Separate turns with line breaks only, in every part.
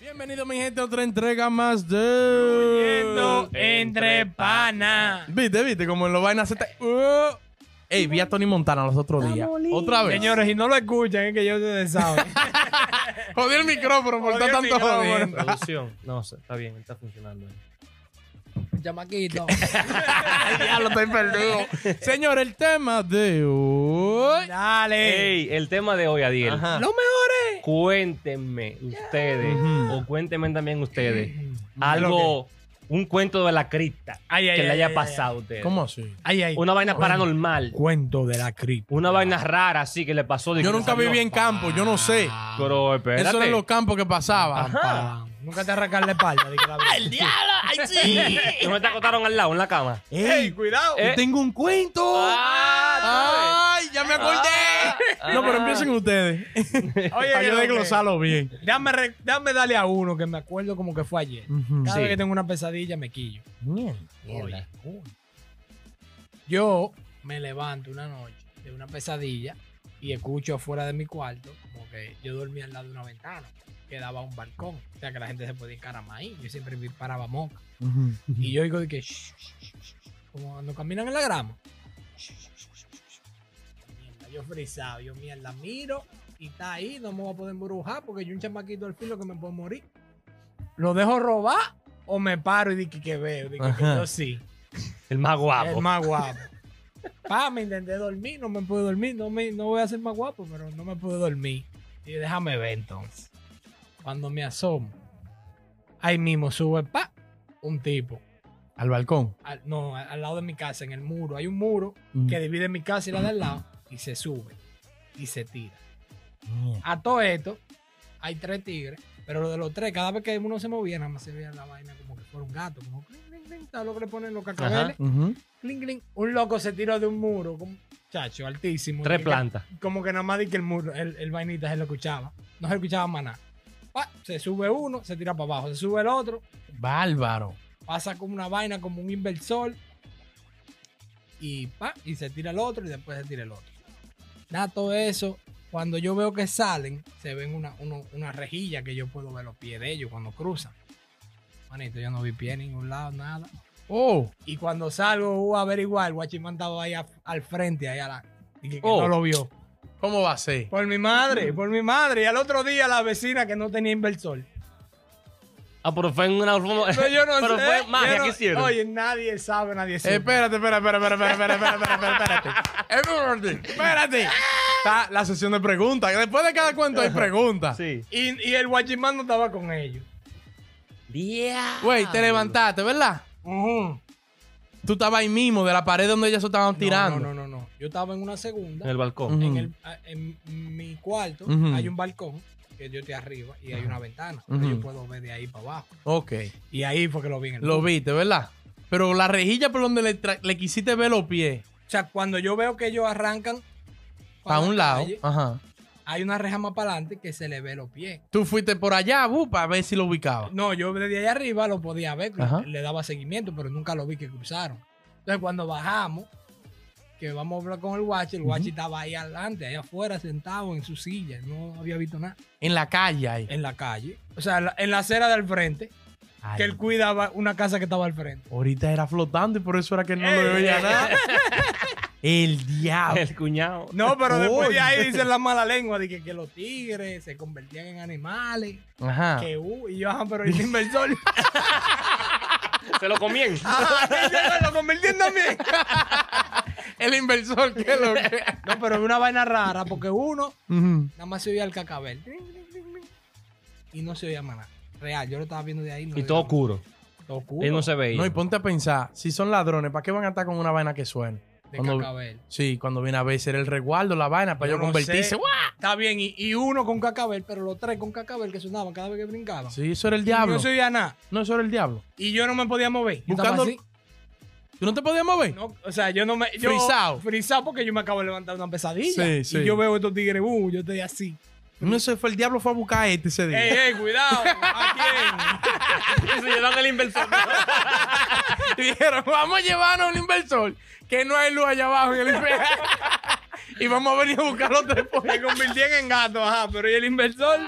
Bienvenido mi gente a otra entrega más de...
entre pana.
Viste, viste, como en los vainas se te... Uh. Ey, vi a Tony Montana los otros días. Otra vez.
Señores, si no lo escuchan, es que yo se saben.
Jodí el micrófono por
Jodí
estar
el
tanto
micrófono.
jodiendo.
Producción. No, se- está bien, está funcionando.
Chamaquito.
Ya lo estoy perdido. Señor, el tema de hoy...
Dale.
Ey, el tema de hoy, Adiel.
Ajá.
Los mejores.
Cuéntenme ustedes, o cuéntenme también ustedes,
Lo
algo, un cuento de la cripta
Ay, ay,
que
ay,
le haya
ay,
pasado a ustedes.
¿Cómo así?
Ay, ay.
Una vaina paranormal,
Cuento de la cripta.
una vaina rara así que le pasó. de
Yo
que
nunca
salió.
viví en campo, yo no sé.
Ah,
Pero espérate.
Eso eran los campos que pasaba.
Nunca te arrancar la espalda. di que la verdad.
¿No te acostaron al lado en la cama?
¡Ey!
cuidado.
Eh.
¡Tengo un cuento!
Ah,
¡Ay! ¡Ya me acordé! No, pero empiecen ustedes.
Ah. Oye,
Para
que
yo
lo que-
desglosarlo bien.
Dame, re- dame darle a uno que me acuerdo como que fue ayer.
Mm,
Cada vez que tengo una pesadilla me quillo. Oye, uy. yo me levanto una noche de una pesadilla y escucho afuera de mi cuarto como que yo dormía al lado de una ventana que daba a un balcón. O sea que la gente se podía encaramar ahí. Yo siempre me paraba moca. Y yo digo de que... "Shh, shh, shh, shh", como cuando caminan en la grama. "Shh, shh, shh, shh, shh". Mierda, yo frisado, yo mierda, miro y está ahí, no me voy a poder embrujar porque yo un chamaquito al filo que me puedo morir. ¿Lo dejo robar o me paro y digo que, que veo? Digo que
Ajá.
yo sí.
El más guapo.
El más guapo. Pa, me intenté dormir, no me pude dormir, no, me, no voy a ser más guapo, pero no me pude dormir. Y yo, déjame ver entonces. Cuando me asomo, ahí mismo sube, pa, un tipo.
Al balcón.
Al- no, al, al lado de mi casa, en el muro. Hay un muro que divide mi casa y la del lado, y se sube y se tira. A todo esto, hay tres tigres, pero lo de los tres, cada vez que uno se movía, nada más se veía la vaina como que fuera un gato, como clink, clink, clink, tal, lo que le ponen los cascabeles.
Ujú.
Cling, cling. Un loco se tiró de un muro, como, chacho, altísimo.
Tres
Y que-
plantas.
Como que nada más di que el muro, el, el vainita se lo escuchaba. No se escuchaba más nada. Pa, se sube uno, se tira para abajo. Se sube el otro,
Bárbaro.
pasa como una vaina, como un inversor. Y pa, y se tira el otro y después se tira el otro. Nada, todo eso. Cuando yo veo que salen, se ven una, uno- una rejilla que yo puedo ver los pies de ellos cuando cruzan. Manito, yo no vi pie en ningún lado, nada.
Oh.
Y cuando salgo uh, a averiguar, el guachimán estaba ahí a- al frente, ahí a la. Y que, que
Oh.
no lo vio.
¿Cómo va a ser?
Por mi madre, por mi madre. Y al otro día la vecina que no tenía inversor.
Ah, pero fue en una forma.
Pero yo no
Pero
sé.
fue
yo
magia
no-
que hicieron.
Oye, nadie sabe, nadie sabe.
Espérate, espera, espera, espera, espera, espera, espera, espera, espérate. Espérate. Espérate. Está la sesión de preguntas. Después de cada cuento hay preguntas.
Sí.
Y, y el guachimán no estaba con ellos.
Güey, te levantaste, ¿verdad?
Ujú.
Tú estabas ahí mismo, de la pared donde ellos se estaban tirando.
No, no, no, no. Yo estaba en una segunda.
En el balcón.
Ujú.
en, el- a- en mi cuarto
Ujú.
hay un balcón que yo estoy arriba y hay una ventana. que
Ujú.
Yo puedo ver de ahí para abajo.
Ok.
Y ahí fue que lo vi en el
Lo viste, ¿verdad? Pero la rejilla por donde le, tra- le quisiste ver los pies,
O sea, cuando yo veo que ellos arrancan
para
la
un lado.
calle,
Ajá.
hay una reja más para adelante que se le ve los pies.
Tú fuiste por allá, bu, para ver si lo ubicaba.
No, yo desde allá arriba lo podía ver,
Ajá.
le daba seguimiento, pero nunca lo vi que cruzaron. Entonces, cuando bajamos, que vamos a hablar con el guachi, el guachi estaba ahí adelante, ahí afuera, sentado en su silla, no había visto nada.
En la calle ahí.
En la calle, o sea, en la, en la acera del frente,
Ay,
que él cuidaba una casa que estaba al frente.
Ahorita era flotando y por eso era que no
Eh.
le veía nada. El diablo.
El cuñado.
No, pero después
Oye.
de ahí dicen la mala lengua, de que, que los tigres se convertían en animales.
Ajá.
que uh, y yo, ajá, pero el inversor.
Se lo comían.
ajá, que yo me lo convertí en también.
El inversor, que lo que.
No, pero es una vaina rara porque uno
Ujú.
nada más se oía el cacabel. Y no se oía más nada. Real, yo lo estaba viendo de ahí. no
Y
oía
todo
nada.
oscuro.
Todo oscuro.
Él no se veía.
No, y ponte a pensar, si son ladrones, ¿para qué van a estar con una vaina que suena?
De
Cuando-
cacabel.
Sí, cuando viene a ver ser el resguardo, la vaina, para
Yo
yo
no sé.
convertirse. ¡guau!
Ah, Está bien, y, y uno con cacabel, pero los tres con cacabel que sonaban cada vez que brincaban.
Sí, eso era el
Y
diablo.
No se oía nada.
No, eso era el diablo.
Y yo no me podía mover. Yo estaba
Buscando-
así.
¿Tú no te podías mover?
No, o sea, yo no me. Yo,
Frisado.
Frisado porque yo me acabo de levantar una pesadilla.
Sí,
Y
sí.
yo veo estos tigres, uh, yo estoy así.
No, eso fue el diablo, fue a buscar a este ese día.
¡Ey, ey, cuidado! ¿A quién?
se llevan el inversor.
Y dijeron, vamos a llevarnos un inversor, que no hay luz allá abajo en el infierno. y vamos a venir a buscar los tres pollos.
Me convirtí en gato, ajá, pero ¿y el inversor?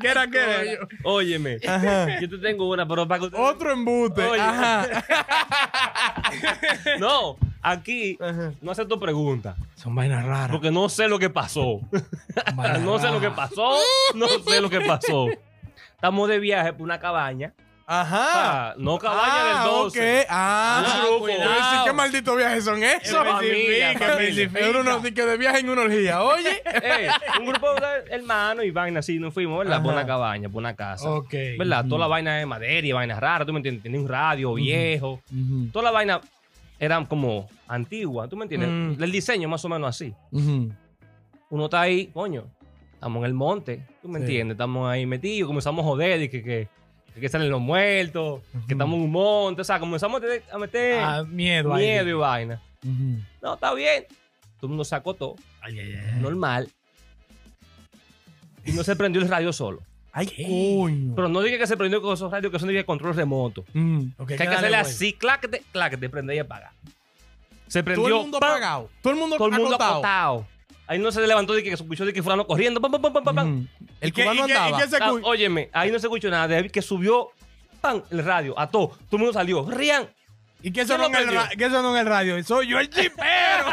¿Qué era que era yo?
Óyeme.
Ajá.
Yo te tengo una, pero para que usted-
Otro embute.
Oye.
Ajá.
No, aquí
Ajá.
no acepto preguntas.
Son vainas raras.
Porque no sé lo que pasó.
son vainas
No sé
raras.
lo que pasó. No sé lo que pasó. Estamos de viaje por una cabaña.
Ajá.
Ah, no cabaña
Ah,
del 12.
ok. Ah,
Un
grupo.
grupo.
Pero sí, ¿Qué malditos viajes son esos?
Familia,
Especifica,
familia.
especifica. Era uno así que de viaje en una orgía. Oye.
Ey, un grupo de hermanos y vaina así. Nos fuimos, ¿verdad? Por una
Ajá.
cabaña, por una casa.
Ok.
¿Verdad? Toda la vaina de madera y vaina rara. ¿Tú me entiendes? Tenía un radio viejo. Toda la vaina era como antigua. ¿Tú me entiendes?
Mm.
El diseño más o menos así. uno está ahí, coño, estamos en el monte, ¿tú me
Sí.
entiendes? Estamos ahí metidos, comenzamos a joder, y que, que, que salen los muertos, que estamos en un monte, o sea, comenzamos a tener- a
Eh,
meter
Ah, miedo ahí.
miedo y vaina. No, está bien. Todo el mundo sacó todo,
Ay, ay, ay.
normal. Y no se prendió el radio solo.
Ay,
¿Qué?
coño.
Pero no diga que se prendió con esos radios que son de control remoto.
Mm.
Ok,
Que hay que
dale pues.
hacerle
vuelta.
así, cláquete, cláquete, prender y apagar. Se prendió.
Todo el mundo
¡pam!
apagado. Todo el mundo
Todo el mundo
acotado.
acotado. Ahí no se levantó de que escuchó de que fulano corriendo. pam, pam, pam, pam, pam, pam.
Ujú. El
¿Y qué-
cubano
y qué- y
andaba.
qué se
Ah,
cu-
óyeme, ahí no se escuchó nada. David que subió ¡pam! el radio, a todo. Todo el mundo salió. ¡Rían!
¿Y qué
¿Quién
sonó,
lo
en el
prendió?
ra- qué sonó en el radio? Soy yo el chipero.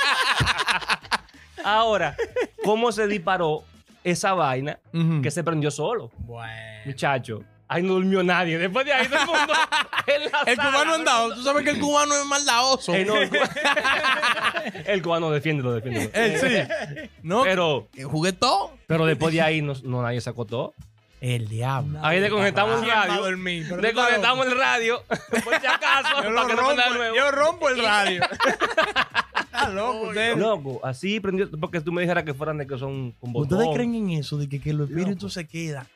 Ahora, ¿cómo se disparó esa vaina
Ujú.
que se prendió solo?
bueno.
Muchacho, ahí no durmió nadie. Después de ahí todo el mundo en la
El
sala.
cubano andaba. Tú sabes que el cubano es maldadoso.
Eh, no, el, cu- el cubano defiende, lo defiende.
Él sí. No,
Pero,
que jugué todo.
pero después de ahí no, no nadie se acotó.
El diablo.
Ahí desconectamos el
¿Quién va a
radio.
dormir? Pero tú estás
Desconectamos el radio. Por si acaso,
Yo,
para
lo
que no
rompo,
prenda de nuevo.
yo rompo el radio. Está loco usted.
Loco, así prendió. Porque tú me dijeras que fueran de que son con botón.
¿Ustedes creen en eso de que, que los espíritus se quedan?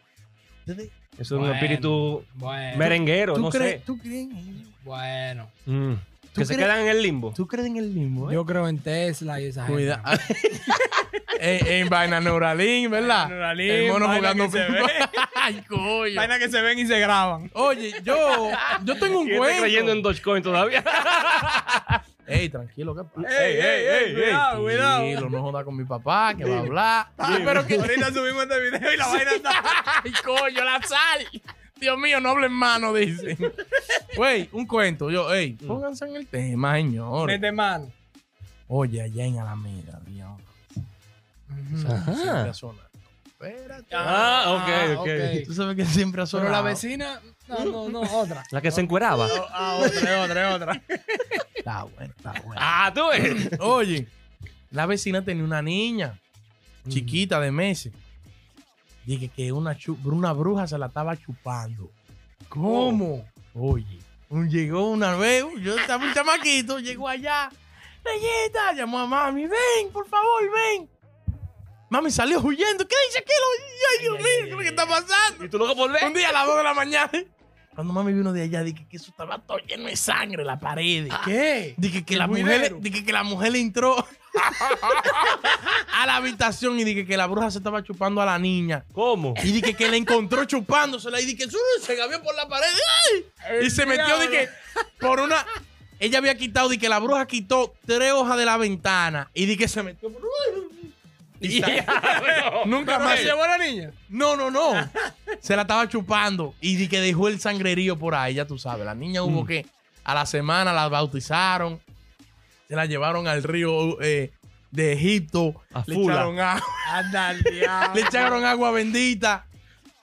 ¿Ustedes,
Eso es
Bueno,
un espíritu
Bueno,
merenguero,
¿tú,
no
crees,
sé.
¿Tú crees en eso?
bueno.
Mm.
¿Tú
Que se
crees-
quedan en el limbo.
¿Tú crees en el mismo? eh?
Yo creo en Tesla y esa
Cuida.
gente.
en, en vaina neuralín, ¿verdad?
Neuralink,
el mono
vaina
jugando
que se
fútbol.
ve.
Ay, coño.
Vainas que se ven y se graban.
Oye, yo, yo tengo un
Y estoy creyendo en
cuento.
Dogecoin todavía.
Ey, tranquilo, ¿qué pasa?
Ey, ey, ey, cuidado, cuidado.
Tranquilo, no jodas con mi papá, que va a hablar. Ay, pero que...
Ahorita subimos este video y la vaina está.
Ay, coño, la sal. Dios mío, no hablen mano, dicen. Güey, un cuento. Yo, ey,
Mm.
pónganse en el tema, señores.
Mete mano.
Oye, allá en Alameda, Dios. Siempre ha sonado. Espérate.
Ah, ok, ok.
ok.
Tú sabes que siempre ha
Pero
sonado.
la vecina. No, no, no, otra.
La que se encueraba.
Oh,
Ah, otra, otra, otra.
Está bueno, está bueno.
Ah, tú ves.
Oye, la vecina tenía una niña chiquita de meses.
Dije que una, chu- una bruja se la estaba chupando.
Oh.
¿Cómo?
Oye.
Un- Llegó una vez, yo estaba un chamaquito, llegó allá. Nayeta, llamó a mami, ven, por favor, ven. Mami salió huyendo. ¿Qué dice aquel? Ay, Dios mío, ¿qué es lo que está pasando?
Y tú loco por ver.
Un día a las 2 de la mañana.
Cuando mami vino de allá, dije que eso estaba todo lleno de sangre, la pared.
Ah.
¿Qué?
Dije que,
El
la mujer,
juidero.
dije que la mujer entró a la habitación y dije que la bruja se estaba chupando a la niña.
¿Cómo?
Y dije que la encontró chupándosela y dije que "Uh, se gavió por la pared. ¡ay! Y se metió de que por una. Ella había quitado, de que la bruja quitó tres hojas de la ventana y de que se metió por. Y sa- Nunca
¿Pero
más.
se llevó a la niña?
No, no, no. Se la estaba chupando y de que dejó el sangrerío por ahí, ya tú sabes. La niña
Mm.
hubo que a la semana la bautizaron, se la llevaron al río eh, de Egipto,
A
le
Fula.
echaron, agua,
Anda al
le
diablo.
echaron agua bendita.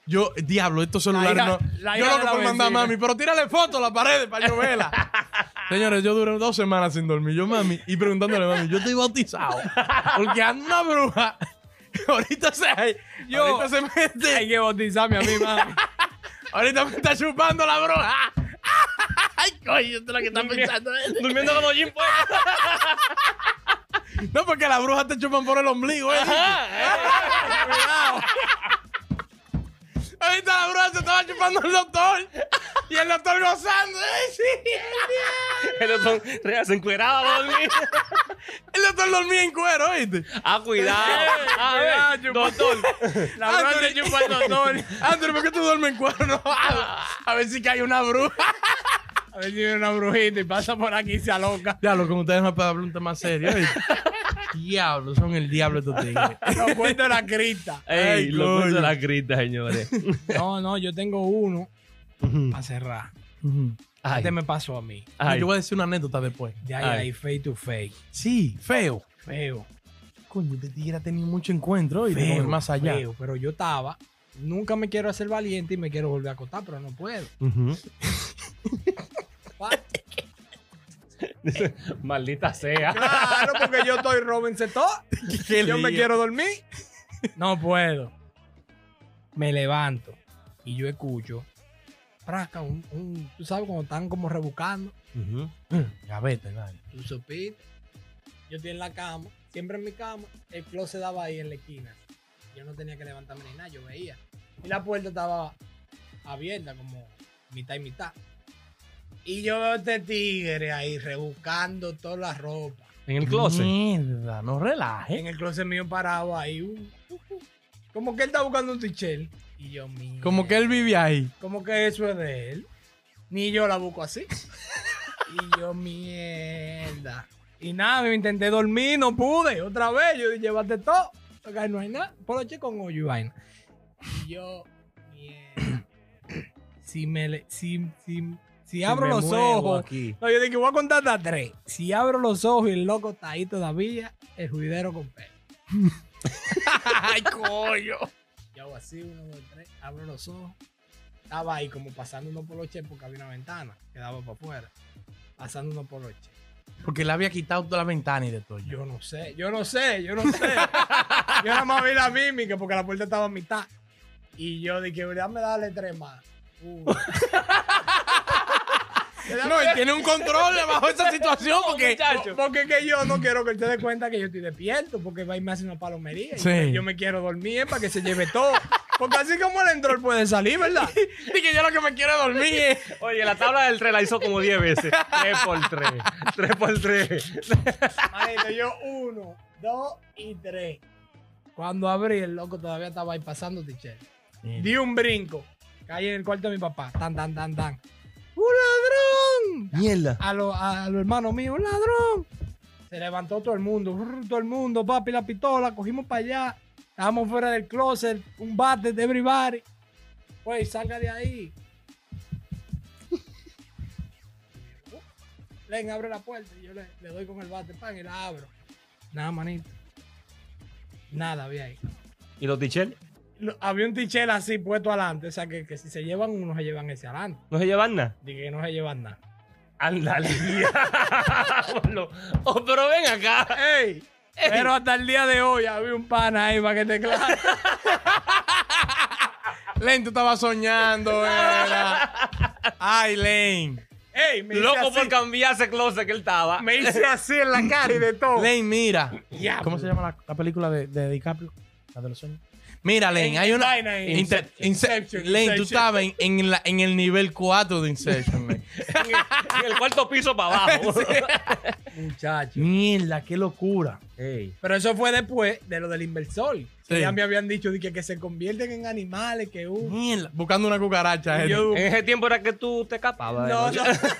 Yo, diablo, estos celulares
La hija-
no.
la
yo
hija
lo
de
que
la
puedo mandar a
vecina.
mami, pero tírale foto a la pared para yo verla. Señores, yo duré dos semanas sin dormir. Yo, mami, y preguntándole, mami, yo estoy bautizado. Porque anda una bruja. Ahorita se,
Yo-
ahorita se mete.
Hay que bautizarme a mí, mami.
Ahorita me está chupando la bruja. Ay, coño, esto es lo que está pensando. él.
Durmiendo con los jeans puestos.
No, porque las brujas te chupan por el ombligo, ¿eh? Cuidado. Ahorita la bruja se estaba chupando el doctor. Y el doctor gozando. ¿eh? Sí.
Ellos son real, se encueraba a dormir.
El doctor dormía en cuero, ¿oíste?
Ah, cuidado. Ah, ver,
Cuidado,
doctor.
La bruja
Andrew.
le chupó al doctor.
Andrew, ¿por qué tú duermes en cuero? No, a, a ver si cae una bruja.
A ver si viene una brujita y pasa por aquí y se aloca.
Ya, lo con ustedes no puedo hablar un tema serio, ¿oíste? Diablo, son el diablo estos tigres.
Los cuentos de la crista.
Ey,
Ay,
lo puso
coño.
la crita, señores.
No, no, yo tengo uno para cerrar.
Ay,
Este me pasó a mí.
ay.
Yo voy a decir una anécdota después.
Ya,
Ay.
ya, ahí, face to face.
Sí, feo.
Feo.
Coño, este tigre ha tenido mucho encuentro y
feo,
más allá.
feo, pero yo estaba. Nunca me quiero hacer valiente y me quiero volver a acostar, pero no puedo.
Ujú.
Pa-
Maldita sea.
Claro, porque yo estoy Robin todo. Yo me quiero dormir. No puedo. Me levanto y yo escucho. Prasca, un, un- tú sabes, cuando están como rebuscando,
Gavete, dale.
tu sopita. Yo estoy en la cama, siempre en mi cama, el flow se daba ahí en la esquina. Yo no tenía que levantarme ni nada, yo veía. Y la puerta estaba abierta, como mitad y mitad. Y yo veo a este tigre ahí rebuscando toda la ropa.
En el closet.
Mierda, no relajes.
en el closet mío parado ahí. uh, uh, uh. Como que él está buscando un tichel. Y yo, mira.
Como que él vive ahí.
Como que eso es de él. Ni yo la busco así. y yo, mierda. Y nada, me intenté dormir, no pude. Otra vez, yo dije, llévate todo. Porque ahí no hay nada. Poloche con hoyo y vaina. Y yo, mierda. si me le- si, si, si abro
me
los
muevo
ojos.
Aquí.
No, yo dije, voy a contar hasta tres. Si abro los ojos y el loco está ahí todavía, el juidero con pelo.
Ay, coño.
Yo hago así, uno, dos, tres, abro los ojos. Estaba ahí como pasando uno por los che porque había una ventana que daba para afuera. Pasando uno por los che.
Porque le había quitado toda la ventana y de todo.
Yo no sé, yo no sé, yo no sé. yo nada más vi la mímica porque la puerta estaba a mitad. Y yo dije, déjame darle tres más. Uh. Uno.
No, él tiene un control bajo esa situación porque.
Porque que yo no quiero que él se dé cuenta que yo estoy despierto, porque va y me hace una palomería. Y
Sí.
yo me quiero dormir eh, para que se lleve todo. Porque así como él entró, él puede salir, ¿verdad?
Dije, yo lo que me quiero es dormir es.
Oye, la tabla del 3 la hizo como 10 veces. 3 por 3. 3 por 3.
Manito, yo uno, dos y tres. Cuando abrí, el loco todavía estaba ahí pasando, tichel. Di un brinco. Caí en el cuarto de mi papá. Tan, tan, tan, tan. ¡Un ladrón!
Mierda.
A los a los hermanos míos, ¡un ladrón! Se levantó todo el mundo, brr, todo el mundo, papi, la pistola, cogimos para allá. Estábamos fuera del closet, un bate de everybody. Pues, salga de ahí. Len, abre la puerta. Y yo le, le doy con el bate, pan, y la abro. Nada, manito. Nada, vi ahí.
¿Y los tichel?
Lo- había un tichel así puesto adelante. O sea, que, que si se llevan uno, se llevan ese adelante.
¿No se llevan nada?
Dije que no se llevan nada.
Ándale. diablo. oh, pero ven acá.
¡Ey! Pero hasta el día de hoy había un pana ahí para que te claro.
Len, tú estabas soñando, era. Ay, Len.
¡Ey! Me hice
Loco
así.
por cambiar ese closet que él estaba.
Me hice así en la cara y de todo.
Len, mira.
Diablo.
¿Cómo se llama la, la película de, de DiCaprio? La de los sueños. Mira, Len, hay una.
Vaina ahí.
Inter- Inception,
Inception,
Len, tú
Inception.
estabas en, en la- en el nivel 4 de Inception, Len.
En el cuarto piso para abajo.
Muchacho.
Mierda, qué locura.
Ey.
Pero eso fue después de lo del inversor.
Sí.
Ya me habían dicho de que, que se convierten en animales, que uh,
Mierda. Buscando una cucaracha.
y
gente.
yo,
En ese tiempo era que tú te escapabas. de
No,
noche.
no.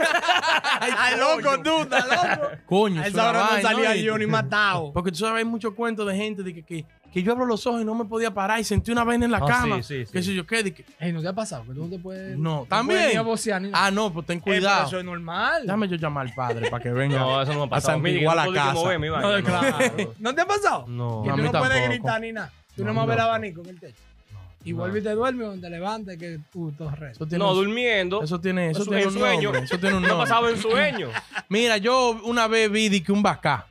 Ay, loco, tú, estás loco.
Coño,
A
es
esa
una
hora no
vaina,
salía
¿oíste?
yo ni matado.
Porque tú sabes, hay muchos cuentos de gente de que, que, que yo abro los ojos y no me podía parar y sentí una vaina en la
Ah,
cama.
sí, sí, sí.
Que si yo qué, de que-
Ey, ¿no te ha pasado? Que tú no te puedes.
No,
puedes
también.
ni a vocear ni nada.
Ah, no, pues ten
Eh, pero
cuidado.
Eso es normal.
Déjame yo llamar al padre para que venga.
No, eso no me ha
A
pasado. Mira,
santiguar
yo
la
pude que
casa.
moverme,
No,
vaina,
claro. ¿No te ha pasado?
No.
Que
A
tú
mí
no puedes
tampoco.
gritar ni nada. Tú
No,
no, más ves el
loco.
abanico en el techo. Y
no.
vuelve y te duermes donde levantes, que tú todo
Eso
resto.
tiene,
No,
un-
durmiendo.
eso tiene, eso
Eso
tiene
es
un
sueño.
nombre. Eso tiene un
no
nombre.
pasaba en sueño.
Mira, yo una vez vi de que un bacá,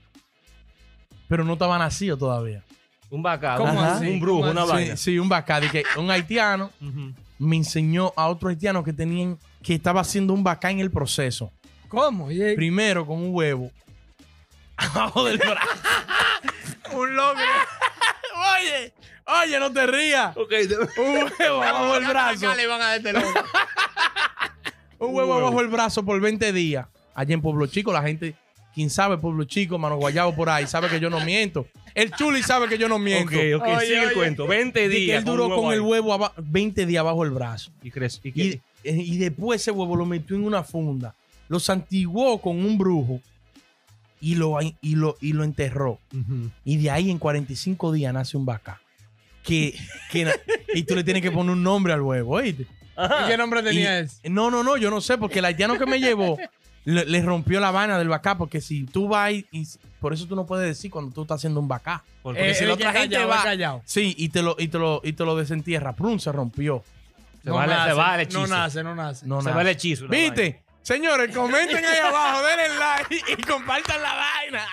pero no estaba nacido todavía.
Un vaca,
¿Cómo
un,
así?
un brujo,
¿Cómo
una
así?
vaina.
Sí, sí, un bacá. de que un haitiano
Ujú.
me enseñó a otro haitiano que tenían que estaba haciendo un bacá en el proceso.
¿Cómo? Y-
Primero con un huevo. Abajo del brazo.
un logro.
Oye, oye, no te rías. Un huevo abajo del brazo.
Acá le van a dar este logro.
Un huevo abajo el brazo por 20 días. Allá en Pueblo Chico, la gente, quien sabe Pueblo Chico, Mano Guayabo por ahí, sabe que yo no miento. El Chuli sabe que yo no miento.
Ok, ok,
Oye,
sigue el
oye.
cuento.
De
20
que
días.
él duró
un
con,
huevo
el
ahí.
huevo aba- 20 días abajo el brazo.
Y creció. Y,
Y,
que-
y después ese huevo lo metió en una funda. Lo santiguó con un brujo. y lo, y lo, y lo enterró. Y de ahí en 45 días nace un vaca. Que, que na- y tú le tienes que poner un nombre al huevo, ¿oíste?
Ajá.
¿Qué nombre tenía
Y-
ese?
No, no, no, yo no sé, porque el haitiano que me llevó le, le rompió la vaina del bacá, porque si tú vas y, y- por eso tú no puedes decir cuando tú estás haciendo un bacá.
Porque
Eh,
Él
si la otra
llega
gente
callado,
va-
callado.
Sí, y te lo, y te lo, y te lo desentierra. Prun se rompió.
se va, el- se
nace,
va el hechizo.
No nace, no nace.
No,
se
nada.
va el hechizo. la
¿Viste? Señores, comenten ahí abajo, denle like y compartan la vaina.